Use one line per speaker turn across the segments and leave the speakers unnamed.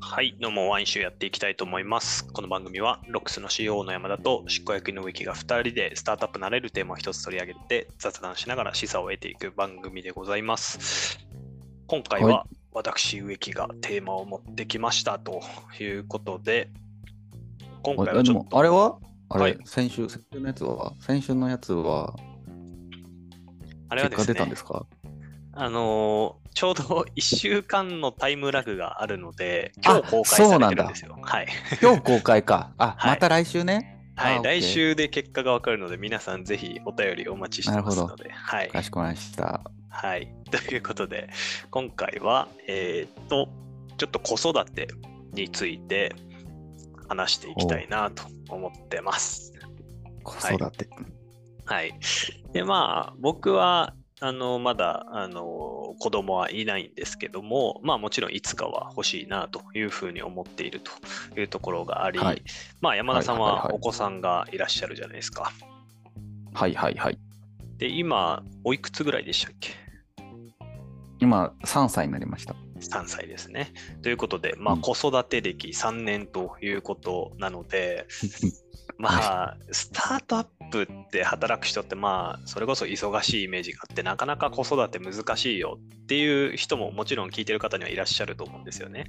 はい、どうもワイン集やっていきたいと思います。この番組はロックスの CEO の山田と執行役員の植木が2人でスタートアップなれるテーマを一つ取り上げて雑談しながら示唆を得ていく番組でございます。今回は私植木がテーマを持ってきましたということで、今回
あ
は
で
ちょ
も
っと
あれはあれ、
はい
先週、先週のやつは、先週のやつは、
あれは
結
です
果出たん
ね
で、すか
あのーちょうど1週間のタイムラグがあるので、今
あ
日公開さ
そう
れ
な
て
ん
る
だ
んですよ。はい。
今日公開か。あ、
はい
また来週ね。
は
あ
い、
OK
来週で結果がわかるので、皆さんぜひお便りお待ちしてますので、はい、
かしこまりました。
はい。 ということで、今回は、えーっと、ちょっと子育てについて話していきたいなと思ってます。
子育て。
はい。で、まあ、僕は、あの、まだ、あの、子供はいないんですけども、まあ、もちろんいつかは欲しいなというふうに思っているというところがあり、
はい
まあ、山田さん
はいはいは
はいお子さんがいらっしゃるじゃないですか。
はいはいはい。
で、今、おいくつぐらいでしたっけ
今、3歳になりました。
3歳ですね。ということで、まあ、
うん
子育て歴3年ということなので、まあ、スタートアップって働く人って、まあ、それこそ忙しいイメージがあって、なかなか子育て難しいよっていう人ももちろん聞いてる方にはいらっしゃると思うんですよね。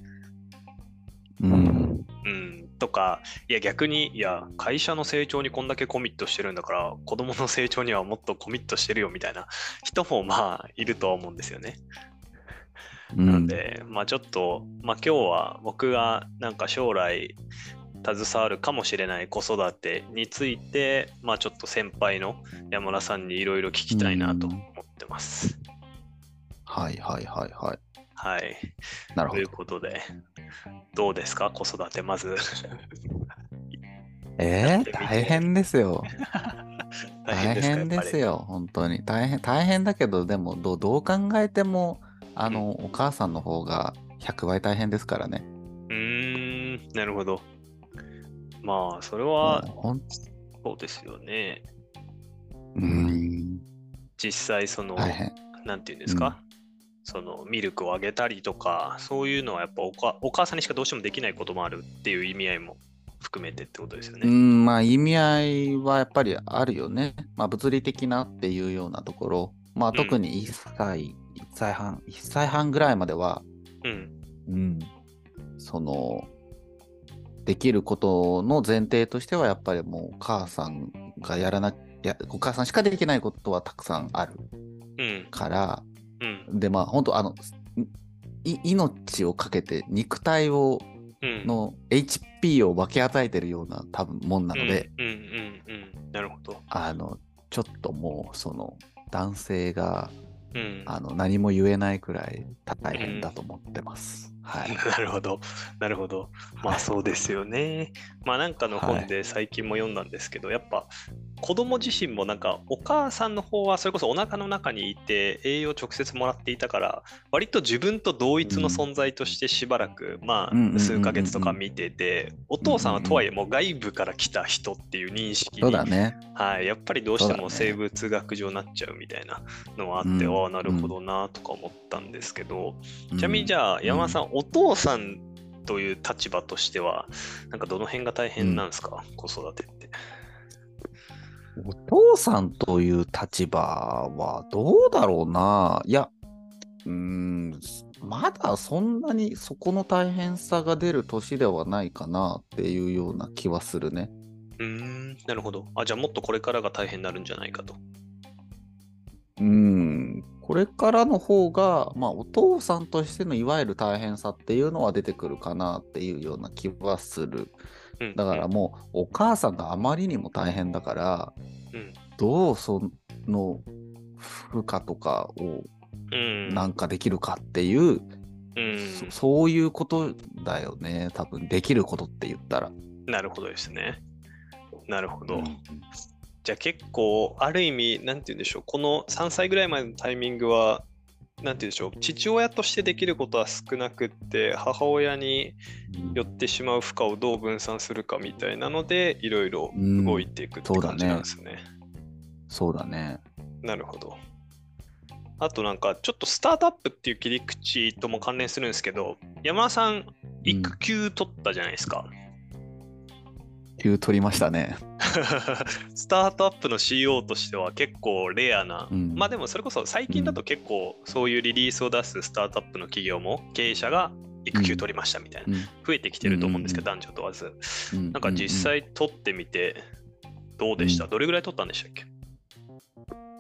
うん。
うん、とか、いや、逆に、いや、会社の成長にこんだけコミットしてるんだから、子供の成長にはもっとコミットしてるよみたいな人も、まあ、いるとは思うんですよね。
う
なの
ん、
で、まあちょっと、まあ今日は僕がなんか将来携わるかもしれない子育てについて、まあちょっと先輩の山田さんにいろいろ聞きたいなと
うん
思ってます。
はいはいはいはい。
はい。
なる
と
ほ
いう
ど。
ことで、どうですか、子育てま ず。
えー、大変で すよ。大
か
変です。よ、本当に。大変、大変だけど、でも、どうどう考えても、あの、お母さんの方が100倍大変ですからね。
やっぱりうーん、なるほど。まあそれ
も
は
うほん
そうですよね。
うん、
実際その、
大変。
なんていうんですか、そのミルクをあげたりとか、そういうのはやっぱおかお母さんにしかどうしてもできないこともあるっていう意味合いも含めてってことですよ
う
ね。
ん、まあ意味合いはやっぱりあるよね。まあ物理的なっていうようなところ。まあ
ん
特に1歳、1歳半、1歳半ぐらいまでは、
うん。
うん、その、できることの前提としてはやっぱりもうお母さんがやらなやお母さんしかできないことはたくさんある
うん。
から、
うん。
でまあ本当あの、い命をかけて肉体を、
うん。
の HP を分け与えてるような多分もんなので、
うんうんうんうん。なるほど。
あの、ちょっともう、その、男性が、
うん。
あの、何も言えないくらい大変だと思ってます。はい。
なるほど。なるほど。まあそうですよね。 まあなんかの本で最近も読んだんですけど、やっぱ子供自身もなんかお母さんの方はそれこそお腹の中にいて栄養直接もらっていたから割と自分と同一の存在としてしばらく、ま
うんうんうんう
あ
ん
数ヶ月とか見ててお父さんはとはいえもう外部から来た人っていう認識
そう
に
だね。
はい、やっぱりどうしても
そうだね
生物学上なっちゃうみたいなのはあって、
うん
ああなるほどなとか思ったんですけど、 ちなみにじ
ゃ
ゃあ山田さん、お父さんという立場としてはなんかどの辺が大変なんですか、子育てって。
お父さんという立場はどうだろうな。いや、うーん、まだそんなにそこの大変さが出る年ではないかなっていうような気はするね。
うーんなるほどあ。じゃあもっとこれからが大変になるんじゃないかと。
うん、これからの方が、まあ、お父さんとしてのいわゆる大変さっていうのは出てくるかなっていうような気はする。
うん、
だから
うん
もう、お母さんがあまりにも大変だから、
うん
どうその負荷とかを
うん
なんかできるかっていう、
うん
そ、そういうことだよね。多分、できることって言ったら。
なるほどですね。なるほど。じゃあ結構ある意味なんて言うんでしょうこの3歳ぐらいまでのタイミングはなんて言うんでしょう父親としてできることは少なくって母親に寄ってしまう負荷をどう分散するかみたいなのでいろいろ
うん
動いていくって
そうだね
感じなんですね。
そうだね。
なるほど。あとなんかちょっとスタートアップっていう切り口とも関連するんですけど山田さん育休取ったじゃないです か、
急取りましたね。
スタートアップの CEO としては結構レアな、
うん
まあでもそれこそ最近だと結構そういうリリースを出すスタートアップの企業も経営者が育休取りましたみたいな、
うん
増えてきてると思うんですけど、男女問わずなんか実、際取ってみてどうでした、
う
どれぐらい取ったんでしたっけ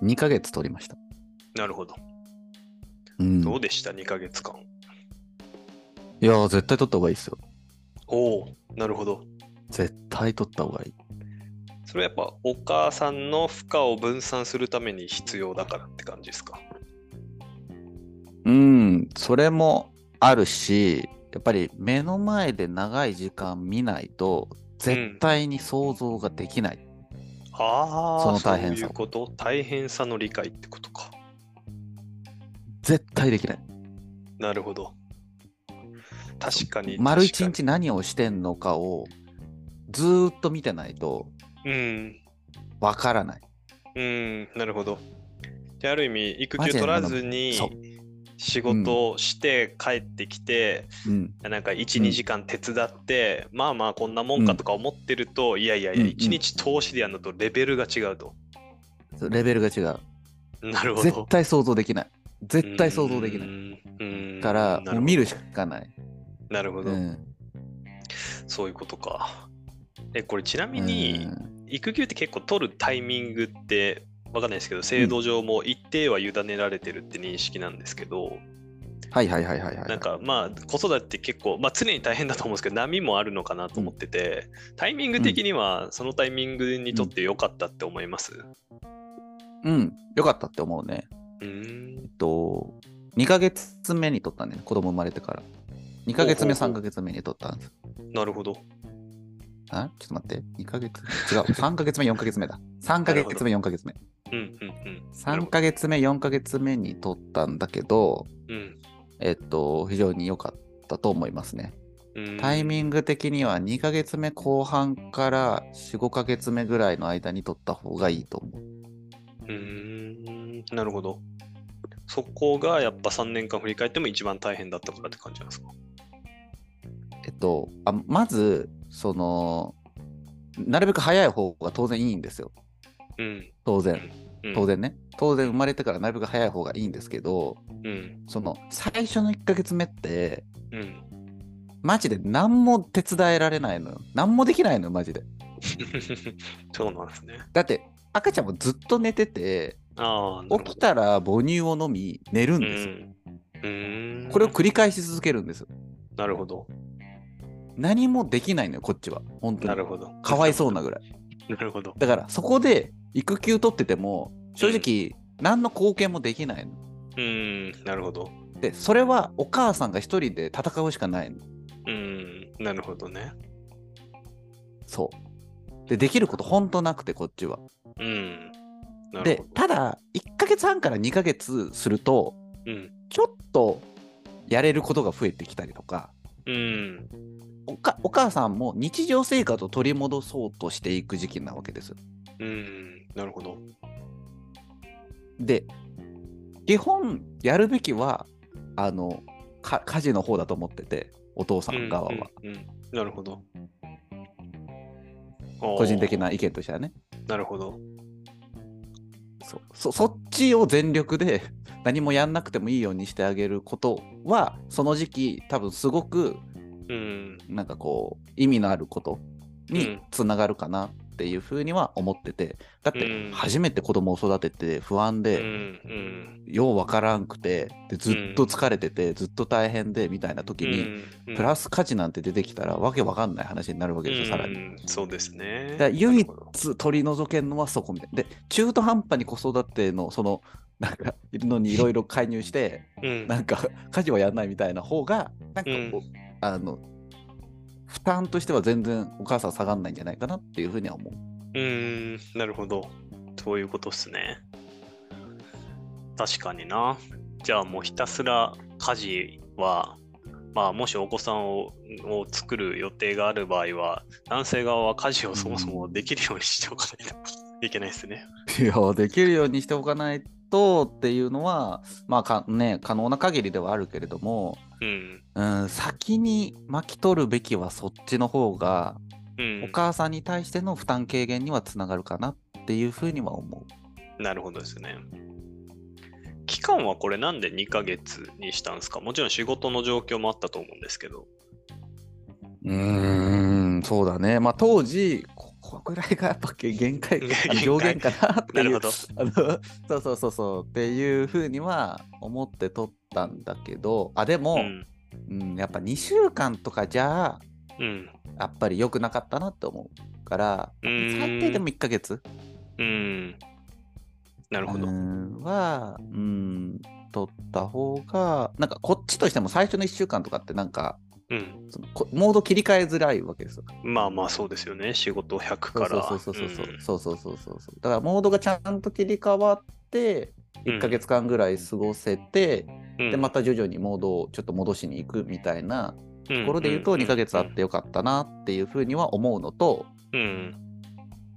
う2ヶ月取りました。
なるほど
うん、
どうでした2ヶ月間
いやー、絶対取った方がいいですよ。
おおなるほど
絶対取った方がいい。
それはやっぱお母さんの負荷を分散するために必要だからって感じですか
うん、それもあるし、やっぱり目の前で長い時間見ないと、絶対に想像ができない。
ああ
その大変さ
そういうこと大変さの理解ってことか
絶対できない。
なるほど確かに
丸
確か
一
に
日何をしてんのかをずーっと見てないと
うん
わからない。
うんなるほどである意味育
マ
休
ジで
取らずに
そう
仕事をして帰ってきて、
うん、
なんか
う
1、
ん
2時間手伝って、まあまあこんなもんかとか思ってると、いやいやいや、
うんうん
1日投資でやるのとレベルが違うと。
レベルが違う。
なるほど。
絶対想像できない。絶対想像できない。
ない
から、もう見るしかない。
なるほど、
うん
そういうことか。え、これちなみに、育休って結構取るタイミングってわかんないですけど、制度上も一定は委ねられてるって認識なんですけど、
はいはいはいはいはい。
なんかまあ子育てって結構、まあ、常に大変だと思うんですけど波もあるのかなと思っててタイミング的にはそのタイミングにとって良かったって思います
うん、よかったって思うね。
う
え
ん
っと、2ヶ月目に取ったね、子供生まれてから。2ヶ月目、
ほうほうほう
3ヶ月目に取ったんです。
なるほど
あちょっと待って、2ヶ月違う、3ヶ月目、4ヶ月 目だ。3ヶ月目、4ヶ月目。
うんうんうんなる
3
ほど
ヶ月目、4ヶ月目に取ったんだけど、
うん
えっと、非常に良かったと思いますね。
うん
タイミング的には2ヶ月目後半から4、5ヶ月目ぐらいの間に取った方がいいと思う。
うーんなるほどそこがやっぱ3年間振り返っても一番大変だったからって感じなんですか
えっと、あまず、その、なるべく早い方が当然いいんですよ。
うん、
当然、
うん、
当然ね。当然生まれてからなるべく早い方がいいんですけど、
うん
その、最初の1ヶ月目って、
うん
マジで何も手伝えられないのよ。何もできないのよ、マジで。
そうなんですね
だって、赤ちゃんもずっと寝てて、
ああなるほど
起きたら母乳を飲み、寝るん
う
ですよ。
んうん
これを繰り返し続けるんですよ。
なるほど
何もできないのよ、こっちは。本当
な
に。
るほど
かわいそうなぐらい。
なるほど
だから、そこで育休取ってても、正直、何の貢献もできないの。
うんなるほど
で、それはお母さんが一人で戦うしかないの。
うん、なるほどね。
そう。で、できること本当なくて、こっちは。
うん。なる
で
ほど、。
ただ、1ヶ月半から2ヶ月すると、
うん。
ちょっとやれることが増えてきたりとか、
うん。
おかお母さんも日常生活を取り戻そうとしていく時期なわけですよ。
うん。なるほど。
で、基本やるべきは、あの、か家事の方だと思ってて、お父さん側は、
うん。うんうんなるほど。おー
個人的。な意見としてはね。
なるほど。
そうそそっちを全力で 何もやんなくてもいいようにしてあげることはその時期多分すごく
うん。
なんかこう意味のあること
う
に
ん
つながるかなっていうふうには思っててだっ
う
て
ん
初めて子供を育てて不安
うん。う
で、
ん。
ようわからんくてでずっと疲れてて、ずっと大変でみたいな時に、プラ
ス
ス価値なんて出てきたらわけわかんない話になるわけですよさらに。
に。そうですね。
だから唯一
なるほど
取り除けるのはそこみたいな。で中途半端に子育てのそのなんかいるのにいろいろ介入して
うん。
なんか家事はやんないみたいな方がなんかこう、あの負担としては全然お母さん下がんないんじゃないかなっていうふうには思う。
うん。なるほど。そういうことっすね。確かにな。じゃあもうひたすら家事は、まあ、もしお子さんをを作る予定がある場合は、男性側は家事をそもそもできるようにしておかないといけないですね。
いやできるようにしておかないとっていうのは、まあかね、可能な限りではあるけれども、
うん。
うん、先に巻き取るべきはそっちの方が、
うん
お母さんに対しての負担軽減にはつながるかなっていうふうには思
なるほどですね。期間はこれなんで2ヶ月にしたんですかもちろん仕事の状況もあったと思うんですけど。
う。うん、そうだね。まあ当時、ここぐらいがやっぱ限 界、あの上限かなって
なる
い
ほ
う
ど。
あのそうそうそうそうっていうふうには思って撮ったんだけどあでも、
う
うん
ん。
やっぱ2週間とかじゃ
うん。
やっぱり良くなかったなって思うから
うーん
最低でも1ヶ月
うん。なるほど
う。んはうん撮った方がなんかこっちとしても最初の1週間とかってなんか
うん。
そのこモード切り替えづらいわけですよ。
まあまあそうですよね。仕事100
そう
から。
そうそうそうそうそうそうそうそうそうだからモードがちゃんと切り替わって1ヶ月間ぐらい過ごせて、
うん。
で
うん
また徐々にモードをちょっと戻しに行くみたいなところで言うと2ヶ月あっ。てよかったなっていうふうには思うのと
うんうんうん。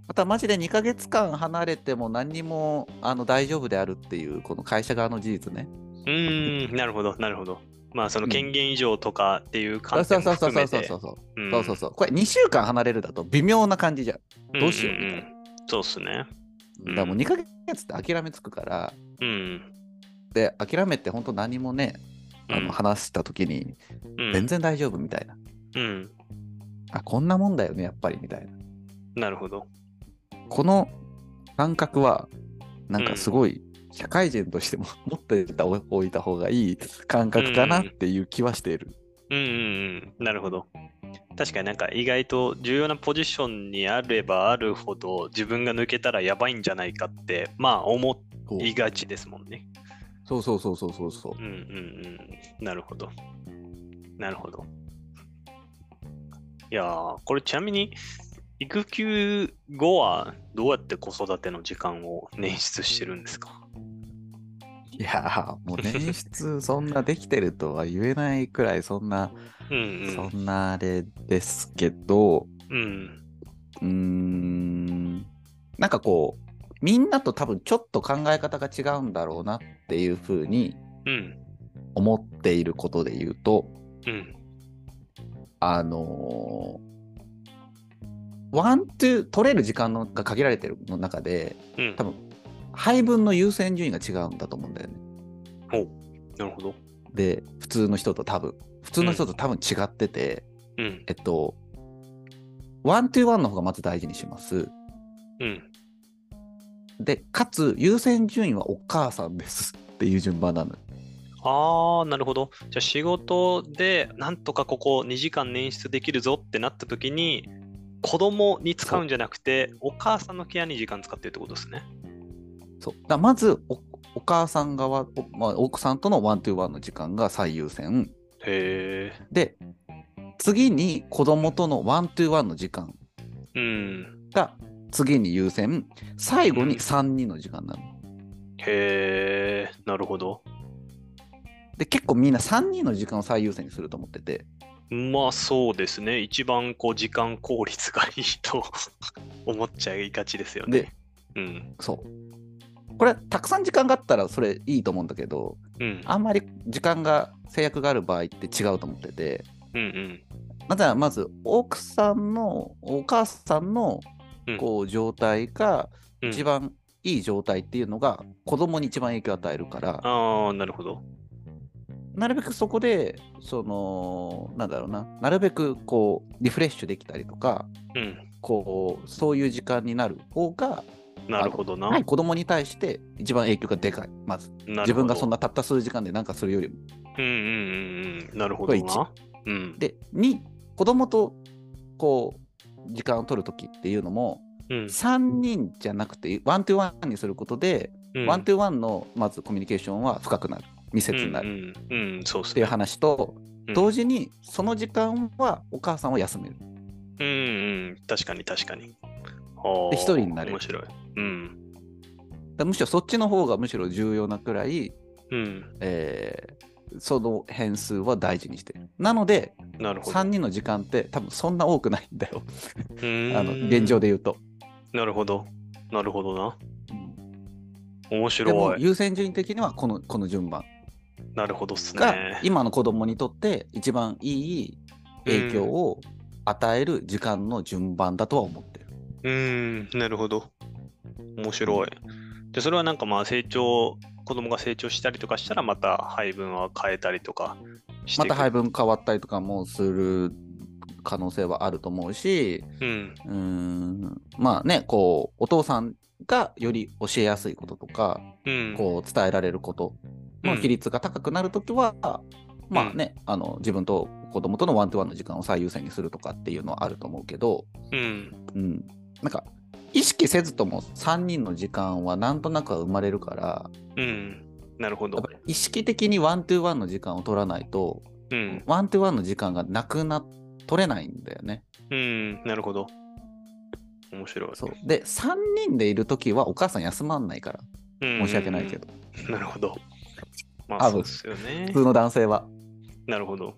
またマジで2ヶ月間離れても何にもあの大丈夫であるっていうこの会社側の事実ね。
うんうん。なるほど。なるほど。まあその権限以上とかっていう
そう
観
そ
点
う
も
そうそう
含め
そうそう
て
そうそう
うん
そうそうそうこれ2週間離れるだと微妙な感じじゃん。どうしようみたいな。
んんんそうっすね。うん
だからもう2ヶ月って諦めつくから
うん。
で諦めて本当何もねあの話した時に
うん
全然大丈夫みたいな。
うん。
あこんなもんだよねやっぱりみたいな。
なるほど。
この感覚はなんかすごい社会人としても 持ってたおいた方がいい感覚かなっていう気はしている。
うんうんうん、なるほど。確かになんか意外と重要なポジションにあればあるほど自分が抜けたらやばいんじゃないかってまあ思
こう
いがちですもんね。
そうそうそうそうそうそう
うんうんうん。なるほど。なるほど。いやー、これちなみに育休後はどうやって子育ての時間を捻出してるんですか
いやーもう捻出そんなできてるとは言えないくらいそんな、
うん
そんなあれですけど
うん。うん。
うーんなんかこうみんなと多分ちょっと考え方が違うんだろうなっていうふうに
うん。
思っていることで言うと、
うん。
あのーワン、ツー、取れる時間のが限られてるの中で、
うん
多。分配分の優先順位が違うんだと思うんだよね。
ほう。なるほど。
で、普通の人と多分、普通の人と多分違ってて、
うん。
えっと、ワン、ツー、ワンの方がまず大事にします。
うん。
で、かつ、優先順位はお母さんですっていう順番なの。
ああ、なるほど。じゃあ仕事でなんとかここ2時間捻出できるぞってなった時に子供に使うんじゃなくてお母さんのケアに時間使ってるってことですね。
そう。だからまずお、お母さん側、おまあ、奥さんとのワン、ツー、ワンの時間が最優先。
へ
で次に子供とのワントゥーワンの時間
え。うん。
が次に優先最後
う
に
ん
3人の時間なの。
へえ。なるほど。
で結構みんな3人の時間を最優先にすると思ってて
まあそうですね。一番こう時間効率がいいと 思っちゃいがちですよね
で。
うん。
そうこれたくさん時間があったらそれいいと思うんだけど
うん。
あんまり時間が制約がある場合って違うと思ってて
うんうん。
まずはまず奥さんのお母さんの
うん
こう状態が
うん
一番いい状態っていうのが子供に一番影響を与えるから、
ああ、なるほど。
なるべくそこで、その、なんだろうな、なるべくこう、リフレッシュできたりとか、
うん。
こう、そういう時間になる方が、
なるほどな。
はい、子供に対して一番影響がでかい。まず、
なるほど
自分がそんなたった数時間でなんかするよりも。
うんうんうんうん。なるほ
こ
ど
れ一
な。うん。
で、2、子供と、こう、時間を取るときっていうのも、
うん。
3人じゃなくて、ワントゥワンにすることで、
うん
ワントゥワンの、まずコミュニケーションは深くなる。密接になる。
うんうん、うんそうっ
っ
す
ていう
ね。
話と、
うん
同時に、その時間はお母さんを休める。
うんうん、確かに確かに。はあ
で一人になれる
面白い。うん。
だからむしろそっちの方がむしろ重要なくらい、
うん。
えーその変数は大事にしてる。なので、
なるほど。
3人の時間って多分そんな多くないんだよ。
うーん
あの現状で言うと。
なるほど。なるほどな。面
でも
白い。
優先順位的にはこのこの順番
なるほどっす
が、
ね。
今の子供にとって一番いい影響を与える時間の順番だとは思ってる。
うーん、なるほど。面白い。で、それはなんかまあ成長、子供が成長したりとかしたら、また配分は変えたりとかして
ま
いく
た配分変わったりとかもする可能性はあると思うし、
うん、
うーんまあねこうお父さんがより教えやすいこととか、
うん。
こう伝えられることの比率が高くなるときは、まあねあの自分と子供とのワントゥワンの時間を最優先にするとかっていうのはあると思うけど、
うん。
うん、なんか意識せずとも3人の時間はなんとなくは生まれるから
うん。なるほ
や
ど
っぱ。意識的にワントゥワンの時間を取らないと
うん。
ワントゥワンの時間がなくな取れないんだよね。
うん。なるほど。面白い。
そうで3人でいる時はお母さん休まんないから
申
申し訳ないけ。ど、
なるほど。まあ、
あ
そうですよね
普。通の男性は、
なるほど。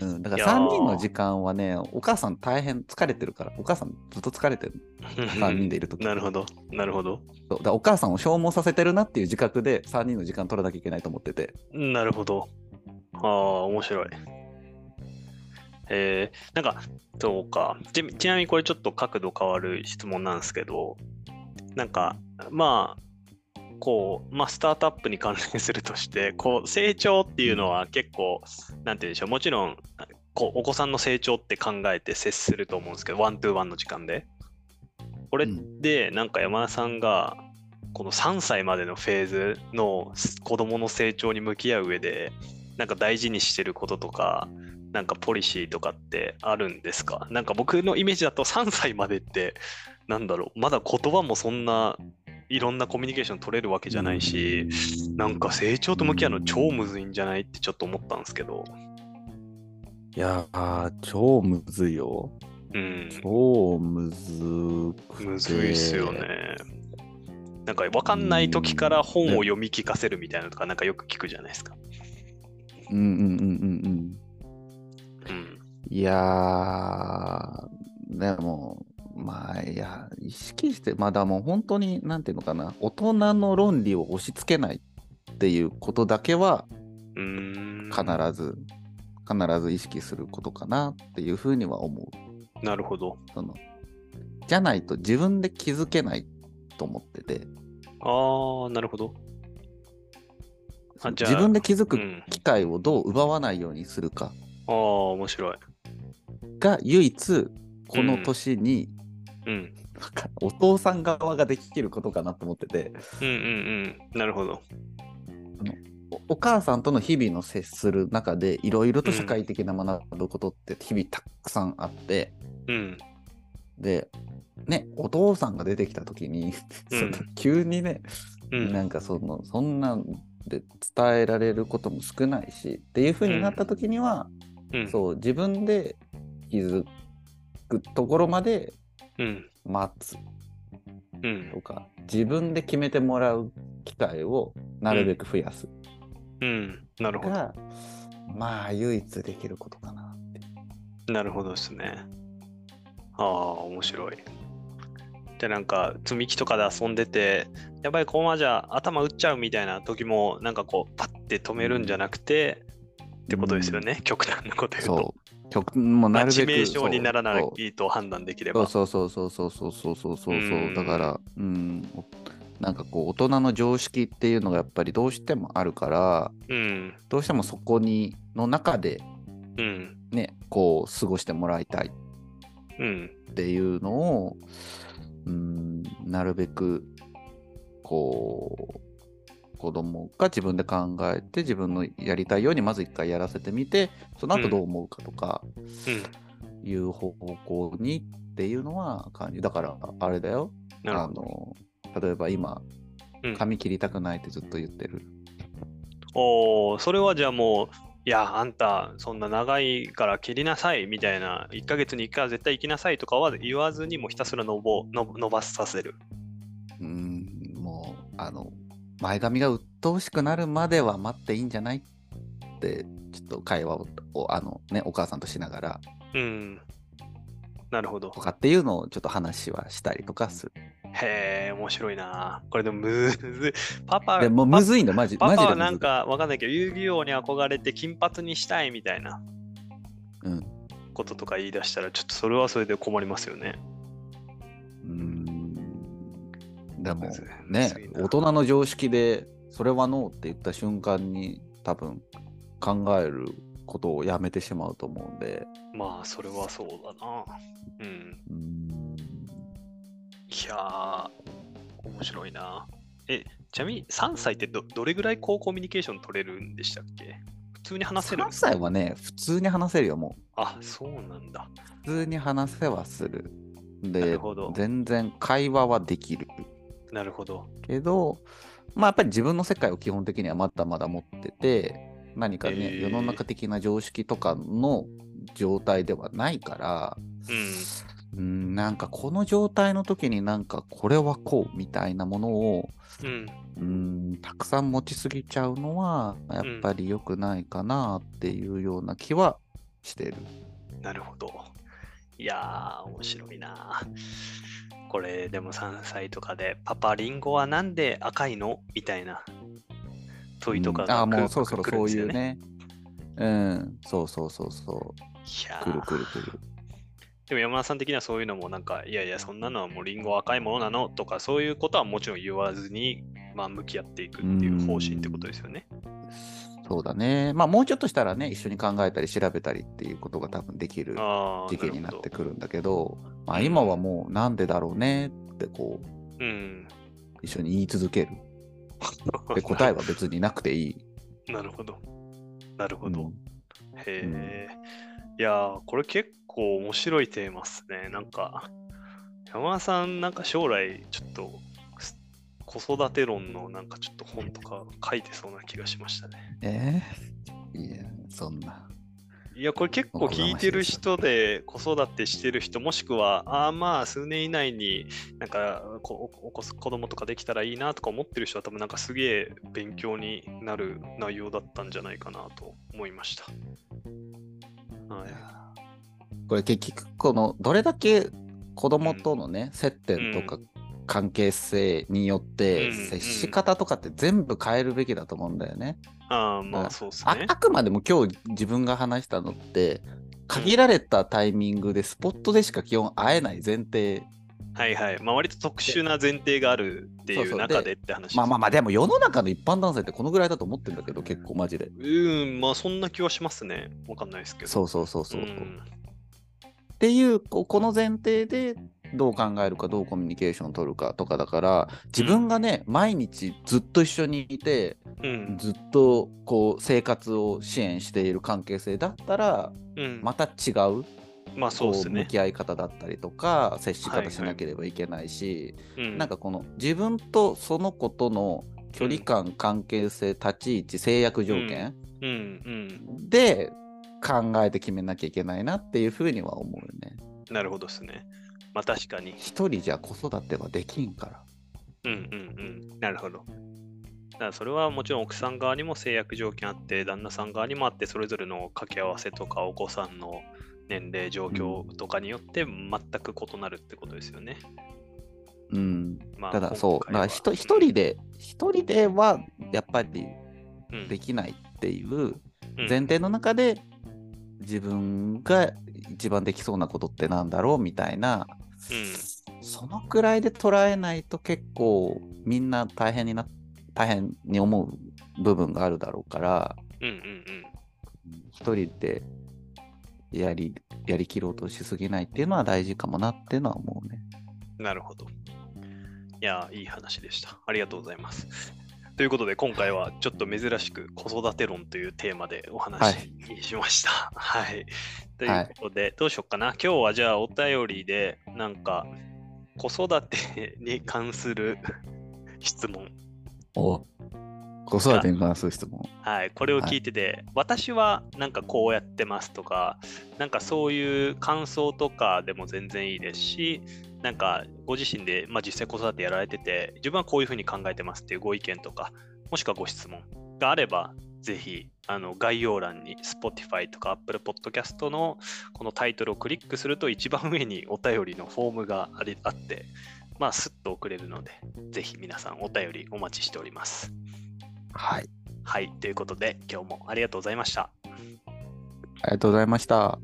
うん、だから
いやー
3人の時間はねお母さん大変疲れてるからお母さんずっと疲れてる3人でいる 時
なるほど。なるほど。
そうだからお母さんを消耗させてるなっていう自覚で3人の時間取らなきゃいけないと思ってて
なるほど。ああ、面白い。えー、なんか、そうかち。ちなみにこれちょっと角度変わる質問なんですけど、なんか、まあ、こう、まあ、スタートアップに関連するとして、こう、成長っていうのは結構、なんて言うんでしょう、もちろん、こうお子さんの成長って考えて接すると思うんですけど、ワントゥーワンの時間で。これで、なんか山田さんが、この3歳までのフェーズの子どもの成長に向き合う上でなんか大事にしてることとかなんかポリシーとかってあるんですかなんか僕のイメージだと3歳までってなんだろうまだ言葉もそんないろんなコミュニケーション取れるわけじゃないしなんか成長と向き合うの超むずいんじゃないってちょっと思ったんですけど
いやー超むずいよ
うん
超むずくて
むずいっすよねなんか分かんない時から本を読み聞かせるみたいなのとかなんかよく聞くじゃないですか
うんうんうんうんうん
うん
いやー、でも、まあ、いや、意識して、まあだもう本当に、なんていうのかな、大人の論理を押し付けないっていうことだけは、
うーん
必ず、必ず意識することかなっていうふうには思う。
なるほど。
そのじゃないと自分で気づけないと思ってて、
ああ、なるほど。あじゃあ
自分で気づ
う
く
ん。
機会をどう奪わないようにするか
ああ、面白い。
が唯一、この年に、
うん。
なんかお父さん側ができることかなと思ってて。
うんうんうん。なるほど。
おお母さんとの日々の接する中でいろいろと社会的な学ぶことって日々たくさんあって、
うん。
でねお父さんが出てきた時に、
うん
その急にね、
う。
なんんかそのそんなんで伝えられることも少ないしっていう風になった時には、
うん。
そう自分で気づくところまで
うん。
待つ
うん。
とか自分で決めてもらう機会をなるべく増やす
うん。なるほ
が、まあ唯一できることかな。
ど。なるほどですね。ああ、面白い。で、なんか、積み木とかで遊んでて、やばい、このままじゃ頭打っちゃうみたいな時も、なんかこう、パッて止めるんじゃなくて、ってことですよね。極端なこと言うと。
そう。曲もなるべ
致
く。
命傷にならな
そう
いと判断できれ
そ
ば。
うそうそうそうそうそうそうそうそう
うん
だから、うん、おなんかこう大人の常識っていうのがやっぱりどうしてもあるから、
うん。
どうしてもそこにの中で
うん。
ね、こう過ごしてもらいたい
うん。
っていうのを、うん、なるべくこう子供が自分で考えて自分のやりたいようにまず一回やらせてみてその後どう思うかとか、
うん。
いう方向にっていうのは感じだからあれだよ
なるほ
あ
ど。
の例えば今
うん
髪切りたくないってずっと言ってる、
おーそれはじゃあもういやあんたそんな長いから切りなさいみたいな1ヶ月に1回は絶対行きなさいとかは言わずにもうひたすら伸ぼの伸ばさせる
うーんもうあの前髪が鬱陶しくなるまでは待っていいんじゃないってちょっと会話をおあの、ね、お母さんとしながら
うんなるほど
とかっていうのをちょっと話はしたりとかする
へえ、面白いな。これでもむずい。パパ、
でもうむずいんだよ、マジ
パ
マジ
パ
で
は
むず
な
い
んかわかんないけど、遊戯王に憧れて金髪にしたいみたいな
うん
こととか言い出したら、ちょっとそれはそれで困りますよね。
うーんでも
むずいむ
ね
ずい、な
大人の常識で、それはノーって言った瞬間に、多分考えることをやめてしまうと思うんで、
まあ、それはそうだな。うん。
うーん
いやー、面白いな。え、ちなみに3歳ってどどれぐらいこうコミュニケーション取れるんでしたっけ普通に話せる
3歳はね、普通に話せるよ、も
あ、そうなんだ。
う。普通に話せはする。
な
で
るほど、
全然会話はできる
なるほど。
けど、まあやっぱり自分の世界を基本的にはまだまだ持ってて、何かね、
えー
世の中的な常識とかの状態ではないから、
うん。
うん、なんかこの状態の時になんかこれはこうみたいなものを
うん。
うんたくさん持ちすぎちゃうのはやっぱり良くないかなっていうような気はしてる。
なるほど。いやー、面白いな。これ、でも3歳とかで、パパ、リンゴはなんで赤いのみたいな問いとか
うんあ
が
あ
く、
もうそろそろ
くるん
そう
です
い
よ
う。ね。うん、そうそうそうそ
いやー
う。くるくるくる。
でも山田さん的にはそういうのもなんか、いやいや、そんなのはもうリンゴは赤いものなのとか、そういうことはもちろん言わずに、まあ、向き合っていくっていう方針ってことですよね。
そうだね。まあもうちょっとしたらね、一緒に考えたり調べたりっていうことが多分できる
ああ、
時期にな
る
っ
ほ
て
ど
くるんだけど、まあ今はもうなんでだろうねってこう
うん。
一緒に言い続ける。で答えは別になくてい い。
なるほど。なるほど。
うん
へえ。いやー、これ結構面白いテーマっすね。なんか、山田さん、なんか将来、ちょっと、す子育て論のなんかちょっと本とか書いてそうな気がしましたね。
えーいや、そんな。
いや、これ結構聞いてる人で、子育てしてる人、もしくは、ああまあ、数年以内になんかこおお子子供とかできたらいいなとか思ってる人は、多分なんかすげえ勉強になる内容だったんじゃないかなと思いました。はい、
これ結局、このどれだけ子供とのね、接点とか関係性によっ
う
て、
ん
接し方とかって全部変えるべきだと思うんだよね。
ああ、まあ、そうです
あ
ね
あ。くまでも今日自分が話したのって、限られたタイミングでスポットでしか基本会えない前提。
はいはい。まあ、割と特殊な前提があるって
そう
い
そうう
中でって話です
まあまあまあ、でも世の中の一般男性ってこのぐらいだと思ってんだけど、結構マジで。
うーん、まあ、そんな気はしますね。わかんないですけど。
そうそうそうそう。
ん
っていうこうこの前提でどう考えるかどうコミュニケーションを取るかとかだから自分がね、毎日ずっと一緒にいて
うん。
ずっとこう生活を支援している関係性だったら
うん。ま
また違う
あ、そうです
こう向
ね。
き合い方だったりとか接し
はいは
方
い
しなければいけないし、
うん
なんかこの自分とその子との距離感、関係性立ち位置制約条件
うんうん。
で考えて決めなきゃいけないなっていうふうには思うよね。
なるほどですね。まあ確かに。
一人じゃ子育てはできんから。
うんうんうん。なるほど。だからそれはもちろん奥さん側にも制約条件あって、旦那さん側にもあって、それぞれの掛け合わせとかお子さんの年齢、状況とかによって全く異なるってことですよね。
うん、
まあ、
ただそ
今
う、だから
回は
ひと一人、で、一人ではやっぱり
うん
できないっていう
うん
前提の中で、自分が一番できそうなことってなんだろうみたいな、そのくらいで捉えないと結構みんな大変にな、大変に思う部分があるだろうから、
うんうんうん
一人でやり、やりきろうとしすぎないっていうのは大事かもなっていうのは思うね。
うん。なるほど。いやー、いい話でした。ありがとうございます。ということで、今回はちょっと珍しく子育て論というテーマでお話ししました。 はい。ということで、どうしようかな。今日はじゃあお便りで、なんか子育てに関する質問。
お子育てに関する質問。
はい、これを聞いてて、私はなんかこうやってますとか、なんかそういう感想とかでも全然いいですし、なんかご自身で、まあ、実際子育てやられてて、自分はこういうふうに考えてますっていうご意見とか、もしくはご質問があれば、ぜひあの概要欄に Spotify とか Apple Podcast のこのタイトルをクリックすると一番上にお便りのフォームがありあって、まあ、すっと送れるので、ぜひ皆さんお便りお待ちしております。
はい。
はい、ということで、今日もありがとうございました。
ありがとうございました。